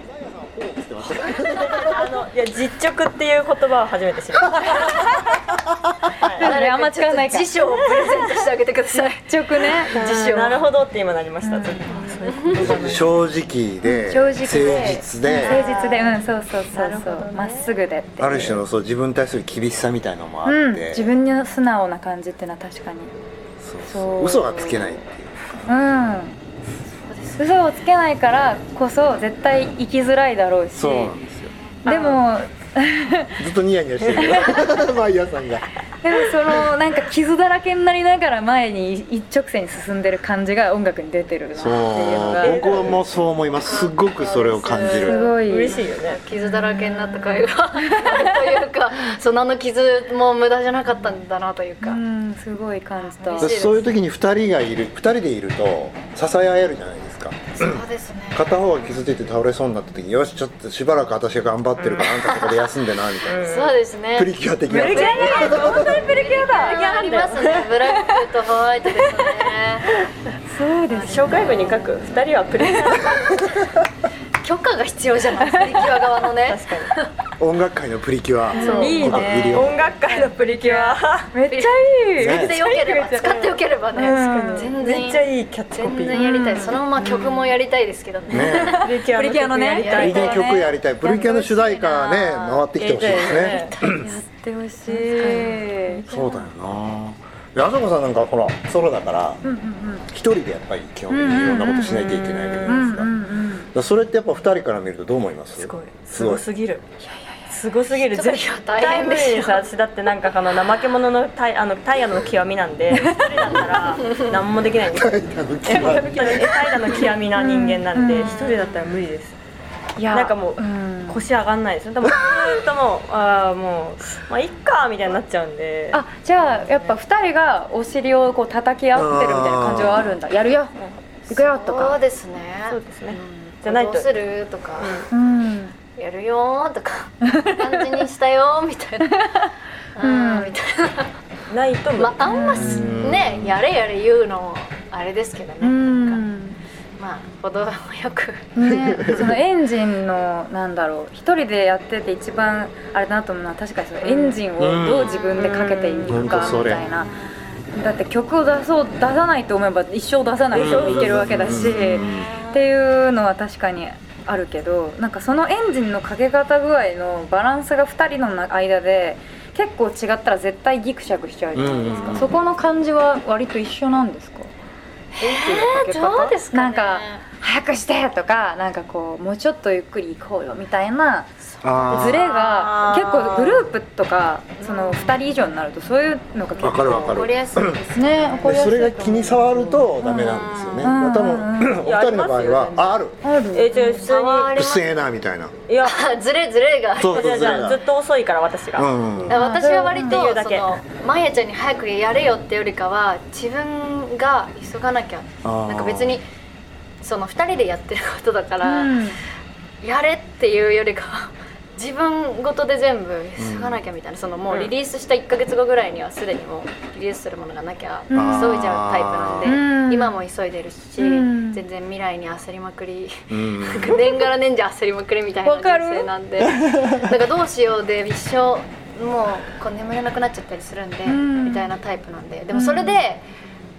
思ってあのいや実直っていう言葉を初めて知り ました。あれあんま使わないから辞書をプレゼントしてあげてください直ね辞書なるほどって今なりました。正直で正誠直で実で誠実でうんそうそうそうそなるほどうねま、っすぐでっていうある種のそう自分に対する厳しさみたいなのもあっうんて、自分に素直な感じっていうのは確かにそうそう嘘がつけないっていううん嘘をつけないからこそ絶対生きづらいだろうしそうなんですよでもずっとニヤニヤしてるよマイヤーさんがでもそのなんか傷だらけになりながら前に一直線に進んでる感じが音楽に出てるなってそういうのが僕はもうそう思いますすごくそれを感じするごい嬉しいよね。傷だらけになった会話 というかそのあの傷も無駄じゃなかったんだなといううか、んすごい感じた嬉しですそういう時に2人がいる2人でいると支え合えるじゃないですかそうですね片方が傷ついて倒れそうになった時によしちょっとしばらく私が頑張ってるから、あんたここで休んでなみたいな、そうですねプリキュア的な本当にプリキュアだありますねブラックとホワイトですよねそうです紹介文に書く二人はプレイヤー。許可が必要じゃないプリキュア側のね音楽界のプリキュアそういいねこと言えるよ音楽界のプリキュア。めっちゃいいね使ってよければ使ってよければね、うん全然めっちゃいいキャッチコピ全ー然。やりたいそのまま曲もやりたいですけどねねプリキプリキュアのねやりプたいリキュア曲やりたいプリキュアの主題歌ねやりたいな回ってきてほしいですねやってほしいそうだよなであそこさんなんかほらソロだからうんうん一人でやっぱり基本的にいろんなことしないといけないわけじゃうないでんすうか,、んうんそれってやっぱ二人から見るとどう思いますすごい。すすごごいすぎる。すごすぎる。ちょっと絶大対変無で理すでよす。私だってなんかあの怠け者のタイあのタイヤの極みなんで、一人だったら何もできないんですよ。本当にタイヤの極みな人間なんうで、ん一人だったら無理です。いやなんかもうん腰上がんないですね。でもずーっともうああもうまあいっかみたいになっちゃうんで。あじゃあやっぱ2人がお尻をこう叩き合ってるみたいな感じはあるんだやるよ行くよとそうかですねそうですねんじゃないとどうするとか、うんやるよー とか感じにしたよーみたいなあーみたいないと無理なまああんましうんねやれやれ言うのもあれですけどね、うんまあ程よくね、そのエンジンのなんだろう一人でやってて一番あれだなと思うのは確かにそのエンジンをどう自分でかけていくかみたいな、だって曲を出そう出さないと思えば一生出さないといけるわけ だし、っていうのは確かにあるけどなんかそのエンジンのかけ方具合のバランスが2人の間で結構違ったら絶対ギクシャクしちゃうじゃないですか、うんそこの感じは割と一緒なんですかエンジンのかけ方どうですか、ね、なんか早くしてとかなんかこうもうちょっとゆっくり行こうよみたいなあズレがあ結ー構グループとかその2人以上になるとそういうのが結構わかるわかる怒りやすいですねね怒ーでりやすそいれが気に障るとダメなんですよね、うん多分お二人の場合はああるあるえじゃあ普通触うっれせえなみたいないにいやズレズレがそうじそゃうあじゃあずっと遅いから私が。うんだから私は割とうんそのまやちゃんに早くやれよってよりかは自分が急がなきゃあーなんか別にその2人でやってることだかうら、んやれっていうよりか は自分ごとで全部急がなきゃみたいな、そのもうリリースした1か月後ぐらいにはすでにもうリリースするものがなきゃ急ういんじゃうタイプなんで、うん今も急いでるし、うん全然未来に焦りまくり。うん年がら年じゃ焦りまくりみたいなわ人かる生なんでなんかどうしようで一生もうこう眠れなくなっちゃったりするんで、うんみたいなタイプなんででもそれで、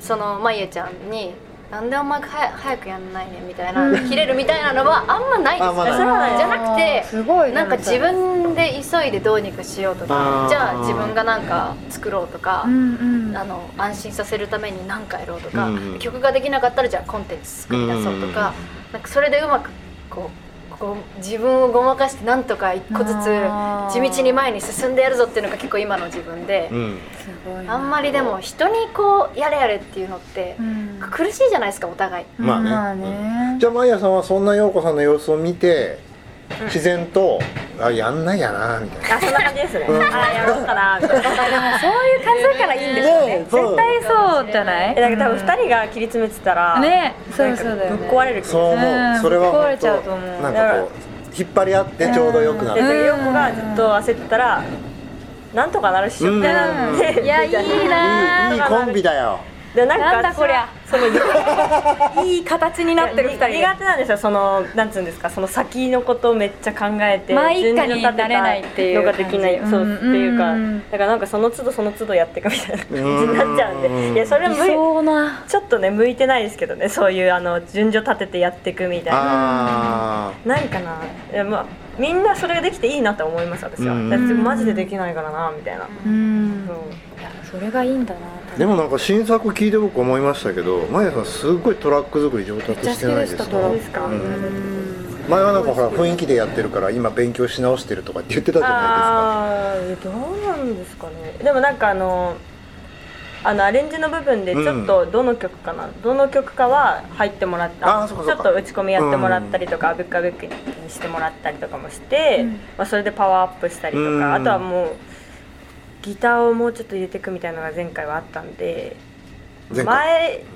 そのまゆちゃんに「なんでお前は早くやんないね」みたいな、切れるみたいなのはあんまないですあんまないそれはないじゃなくてすごいなんか自分で急いでどうにかしようとかあーじゃあ自分がなんか作ろうとか。うんうんあの安心させるために何かやろうとか、うん曲ができなかったらじゃあコンテンツ作り出そうとか,、なんかそれでうまくこうこう自分をごまかしてなんとか一個ずつあー地道に前に進んでやるぞっていうのが結構今の自分でう、んすごいなあんまりでも人にこうやれやれっていうのってうん苦しいじゃないですかお互い。まあねじゃあマイヤさんはそんな陽子さんの様子を見て自然とあやんないやなみたいなあそんな感じですね。あやろうかなみたいな。そういう感じだからいいんですよねねそう絶対そうじゃなえいだから多分二人が切り詰めてたらねそうそうなんだかよぶっね壊れる気がすそうる。思うんうそれは壊れ本ちゃう当と思うなんかこう引っ張り合ってちょうどよくなでるうん横がずっと焦ってたら なんとかなるっしょみたいなうんいやいいななーいいいいコンビだよでなんかなんだこりゃそのいい形になってる二人いやに苦手なんですよそのなんつうんですかその先のことをめっちゃ考えてまあ一家に順序立てたなれないっていうのができない感じそううっんていうかうんだからなんかその都度その都度やっていくみたいな感じうんになっちゃうんでいやそれ理は無理想なちょっとね向いてないですけどねそういうあの順序立ててやっていくみたいなああないかないやまあみんなそれができていいなと思います私はうんだってマジでできないからなみたいなうんそういやそれがいいんだなでもなんか新作聞いて僕思いましたけどマヤさんすごいトラック作り上達してないですめっちかゃ好きでしたトラッですか前はなんかほら雰囲気でやってるから今勉強し直してるとかって言ってたじゃなあーどうなんですかねでもなんかあのあのアレンジの部分でちょっとどの曲かな、どの曲かは入ってもらっあーたちそょうかそうっかと打ち込みやってもらったりとか、あぶっかぶっかにしてもらったりとかもして、まあ、それでパワーアップしたりとか、うんあとはもうギターをもうちょっと入れていくみたいなのが前回はあったんでいですか前回前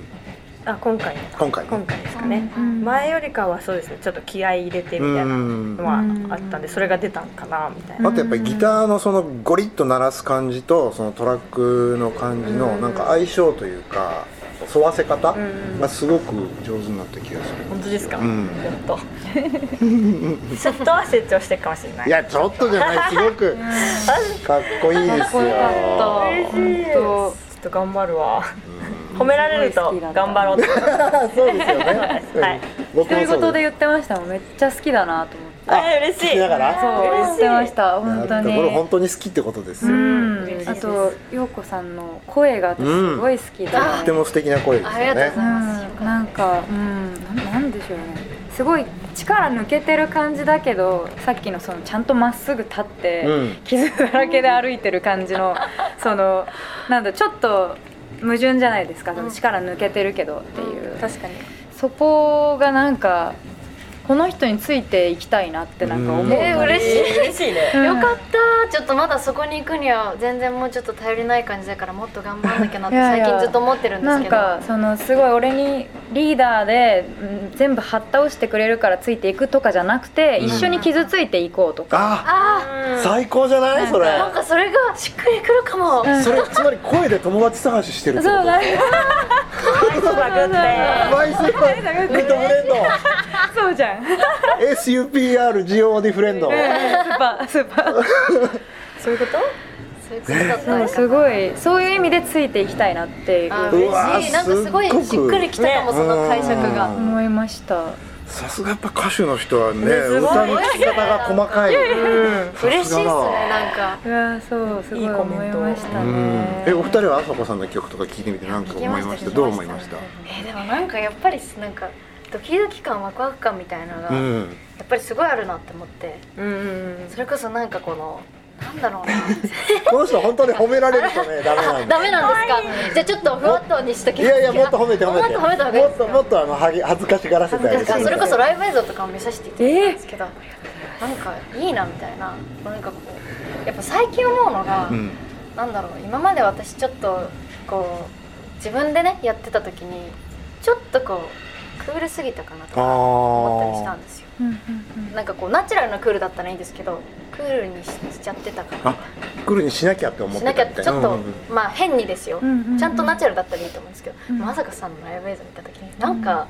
あ今回今回ね今回ですかね、うん前よりかはそうですねちょっと気合い入れてみたいなのはあったんでそれが出たんかなみたいな。あとやっぱりギターのそのゴリッと鳴らす感じとそのトラックの感じのなんか相性というか沿わせ方がすごく上手になった気がする本当ですか、うんやっとちょっとは成長してるかもしれないいやちょっとじゃないすごくかっこいいですよ嬉しいですちょ本っと頑張るわ、褒められると頑張ろうってそうですよねはい僕も独りそう言でです言ってましたもんめっちゃ好きだなと思ってあ嬉し聞いきながらそう嬉しい言ってました本当いやこれ本に当に好きってことですよ、うん嬉しいあですと陽子さんの声が私すごい好きでとっても素敵な声ですよねありがとうございますうんなんか、うん、ななんでしょうねすごい力抜けてる感じだけどさっきのそのちゃんとまっすぐ立って、うん傷だらけで歩いてる感じのそのなんだちょっと矛盾じゃないですかその力抜けてるけどっていう、確かにそこがなんかこの人についていきたいなってなんか思う、うんえー嬉しい嬉しいねうんよかったちょっとまだそこに行くには全然もうちょっと頼りない感じだからもっと頑張んなきゃなっていやい最や近ずっと思ってるんでなすんけどかそのすごい俺にリーダーでうん全部張っ倒してくれるからついていくとかじゃなくて、うん一緒に傷ついていこうとかああ最高じゃないそれーなんかそれがしっくりくるかもんそれつまり声で友達探ししてるってこそとうなんか愛想がグッマイスグッドフレンドそうじゃん SUPRGOD フレンドスーパ ースーパーでそういうことそういうことだったでのもかすなごいそういう意味でついていきたいなっていうあーうわー嬉しいなんかすごいすっごくしっくりきたかもねその解釈うがん思いましたさすがやっぱ歌手の人はねすごい歌の聞き方が細かい嬉しいっすねななんかうわそうすごいいいコメント思いましたうんねえお二人はあさこさんの曲とか聞いてみてなんか思いました聞きましたどう思いましたえーでもなんかやっぱりなんかドキドキ感ワクワク感みたいなのがうやんっぱりすごいあるなって思ってうんうんそれこそなんかこのなんだろうなこの人本当に褒められるとねダメなんでダメなんですかじゃあちょっとふわっとにしときいますやいやもっと褒めて褒めてもっと褒めた方がいいもでっすかともっとあのはぎ恥ずかしがらせてあげなんてかそれこそライブ映像とかも見させていただいたんですけど、なんかいいなみたいななんかこうやっぱ最近思うのが、うんなんだろう今まで私ちょっとこう自分でねやってた時にちょっとこうクールすぎたかなとあか思ったりしたーんですようんうんなんかこうナチュラルなクールだったらいいんですけどクールにしちゃってたからあ来るにしなきゃって思っしてなきたゃみったていちなょっと、うんうんうんまあ変にですよ、うんうんちゃんとナチュラルだったらいいと思うんですけど、うんまさかさんのライブ映像見た時になんか、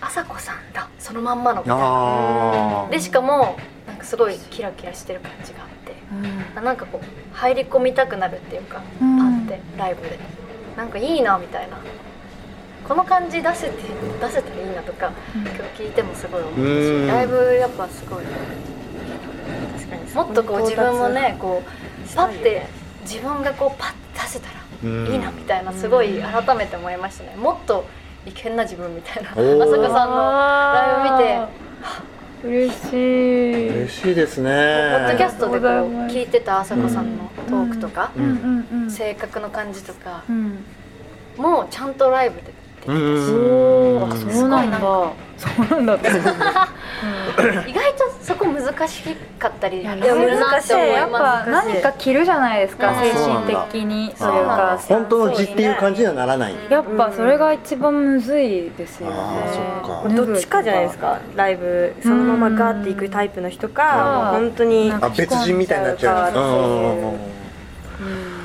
あさこさんだそのまんまのみたいなあでしかもなんかすごいキラキラしてる感じがあってあなんかこう入り込みたくなるっていうか、うんパンってライブでなんかいいなみたいなこの感じ出せて出せたらいいなとか今日聞いてもすごい思ったうんしライブやっぱすごい確かにもっとこう自分もねこうパッて自分がこうパッて出せたうんらいいなみたいなすごい改めて思いましたねもっといけんな自分みたいなおーあさこさんのライブ見て嬉しい嬉しいですねポッドキャストあでこうりがとうございます聞いてたあさこさんのトークとかうんうんうん性格の感じとかうんもうちゃんとライブでできうんたしうんあそうなんだそうなんだって意外とそこ難しかったりいでやもライブるな難っしいて思やいっまぱす何か着るじゃないですかうん精神的にというあかー本当の字っていう感じにはならないやっぱそれが一番むずいですよねあーそっか脱ぐとどっちかじゃないですかライブそのままガーっていくタイプの人かうん本当になんかあ別人みたいになっちゃうそうう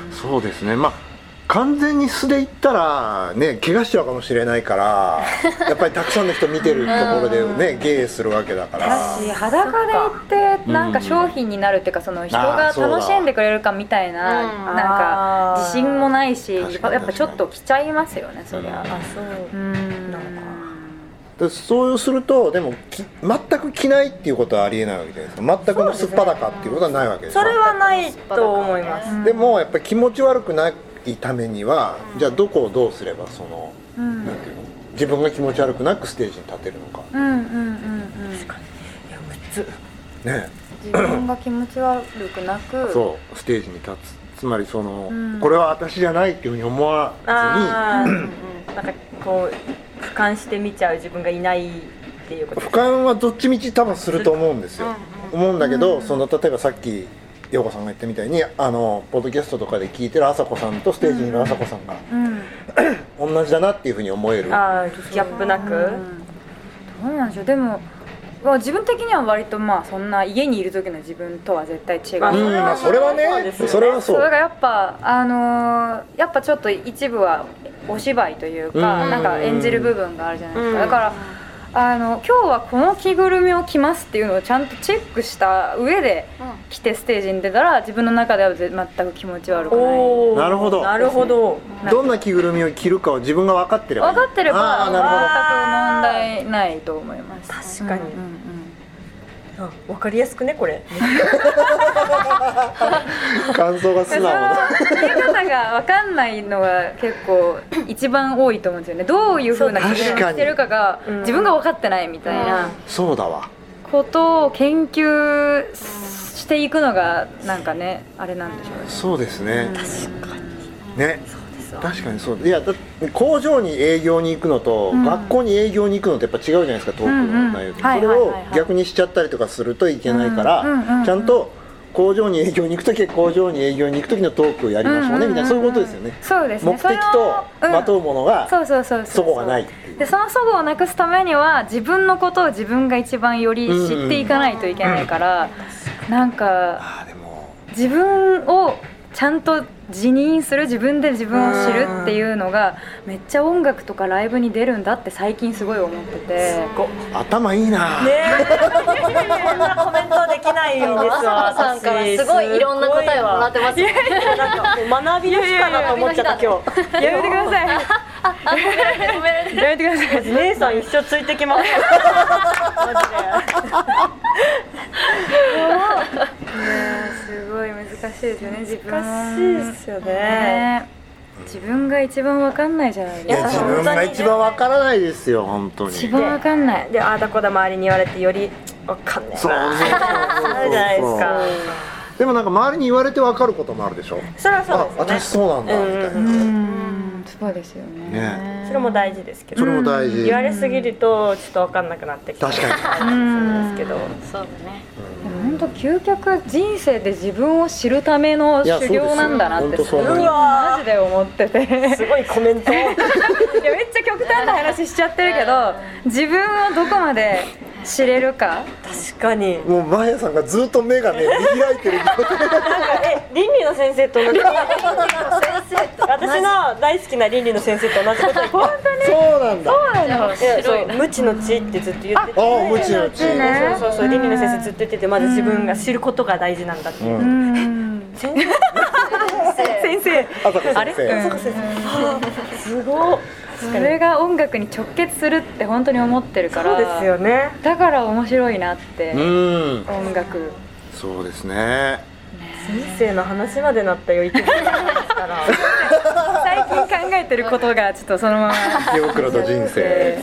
んそうですねまあ完全に素でいったらね怪我しちゃうかもしれないからやっぱりたくさんの人見てるところでね芸するわけだからだし裸で行ってなんか商品になるっていうかその人が楽しんでくれるかみたいなうんなんか自信もないしや確かにっぱちょっと来ちゃいますよねそりゃうんあそうなんでそうするとでもき全く着ないっていうことはありえないわけじゃないですか全くのすっぱだかっていうことはないわけでうしょそれはないと思います、でもやっぱり気持ち悪くないためにはじゃあどこをどうすればその、うんなんていうの自分が気持ち悪くなくステージに立てるのかうんうんうんうんいやむずね自分が気持ち悪くなくそうステージに立つつまりその、うんこれは私じゃないっていうふうに思わずああなんかこう俯瞰して見ちゃう自分がいないっていうこにと俯瞰はどっちみち多分すると思うんですよ、思うんだけど、その例えばさっき陽子さんが言ったみたいにあのポッドキャストとかで聞いてるあさこさんとステージにいるあさこさんがうん同じだなっていうふうに思える、ああギャップなく、うんどうなんでしょうでもまあ自分的には割とまあそんな家にいる時の自分とは絶対違う、まあうんまあそれはそうねですそよねれはそそうだかうらやっぱあのーやっぱちょっと一部はお芝居というか、うんなんか演じる部分があるじゃないですか、うんだからあの今日はこの着ぐるみを着ますっていうのをちゃんとチェックした上で着てステージに出たら自分の中では全く気持ち悪くないおーなるほどなるほどどんな着ぐるみを着るかを自分が分かってればいい分かってればあーなるほど全く問題ないと思います確かにうんうんうんあわかりやすくねこれ感想がそ素の 直な見え方が分かんないのが結構一番多いと思うんですよねどういうふうな基準をしてるかがうん自分が分かってないみたいなそうだわことを研究していくのがなんかねあれなんでしょうねそうですね、確かにね確かにそういやだって工場に営業に行くのと、うん学校に営業に行くのってやっぱ違うじゃないですかトークの内容って、うんうんそれはいをはいはいはい逆にしちゃったりとかするといけないから、うんうんうんうんちゃんと工場に営業に行く時は工場に営業に行く時のトークをやりましょうねみたいなそういうことですよねそうですね目的とそれをまとうものがそうそうそうそここがないっていうでその齟齬をなくすためには自分のことを自分が一番より知っていかないといけないから、なんかああでも自分をちゃんと自認する自分で自分を知るっていうのがめっちゃ音楽とかライブに出るんだって最近すごい思っててこ頭いいな、ねえそんなコメントできないんですあわさこさんからすごいいろんな答えをもらってますねなんかもう学びの日かなと思っちゃった今日やめてくださいやめてください姉さん一生ついてきますマジすごい難しいですよね自分で難しいですよね自分が一番わかんないじゃないいでやす自か分が一番わからないですよ本当に一番わかんないでああだこだ周りに言われてよりわかんねえそうなそうそうあるじゃないですかそうでもなんか周りに言われてわかることもあるでしょそれはそうあで私すよねそうなんだみたいな、うんうんそうですよねねそれも大事ですけどそれも大事、言われすぎるとちょっとわかんなくなってきたり確かするんですけどそうだねでも本当究極人生で自分を知るための修行なんだなっいやそうてですよすごい本当そう思うマジで思ってていやめっすごいコメントちゃ極端な話しちゃってるけど自分をどこまで知れるか確かにもうマヤさんがずっと目がね見開いてる状態なんかえ倫理の先生と同じ私の大好きな倫理の先生と同じこと言って本そうなんだそう無知の知ってずっと言っててああ無知の知ねそうそうそう倫理の先生ずっと言っててまず自分が知ることが大事なんだっていううんうん先生先朝子あ先れ生生すごいそれが音楽に直結するって本当に思ってるかそうですらよねだから面白いなってうん音楽そうですね人生の話までなったよ一気にですから最近考えてることがちょっとそのまま手袋と人生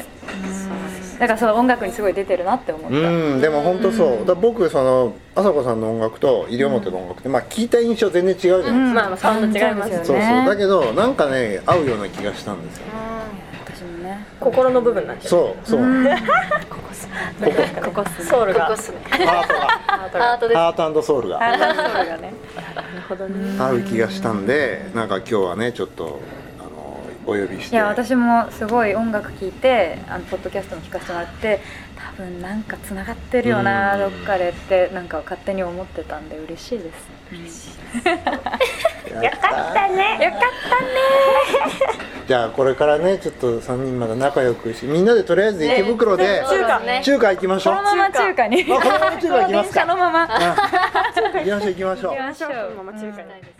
だからそう音楽にすごい出てるなって思っうたんでも本当そうだから僕その朝子さんの音楽と西表の音楽ってまあ聞いた印象全然違うじゃないですか、まあまあサウンド違いますよねそうそうだけどなんかね合うような気がしたんですよ私もね心の部分なんですよそうそう、ここここっすねソウルここがっすねハートがハートアがートですハートソウルががねなるほどね合う気がしたんでなんか今日はねちょっとあのお呼びしていや私もすごい音楽聴いてあのポッドキャストも聞かせてもらって多分なんかつながってるよなうどんっかでってなんか勝手に思ってたんで嬉しいですいやよかったねよかったねじゃあこれからねちょっと3人まだ仲良くしみんなでとりあえず池袋で中華中華行きましょこうのまま中華にあこのまま中華行きますか この電車のまま行きましょう行きましょう行きましょうママ中華ないです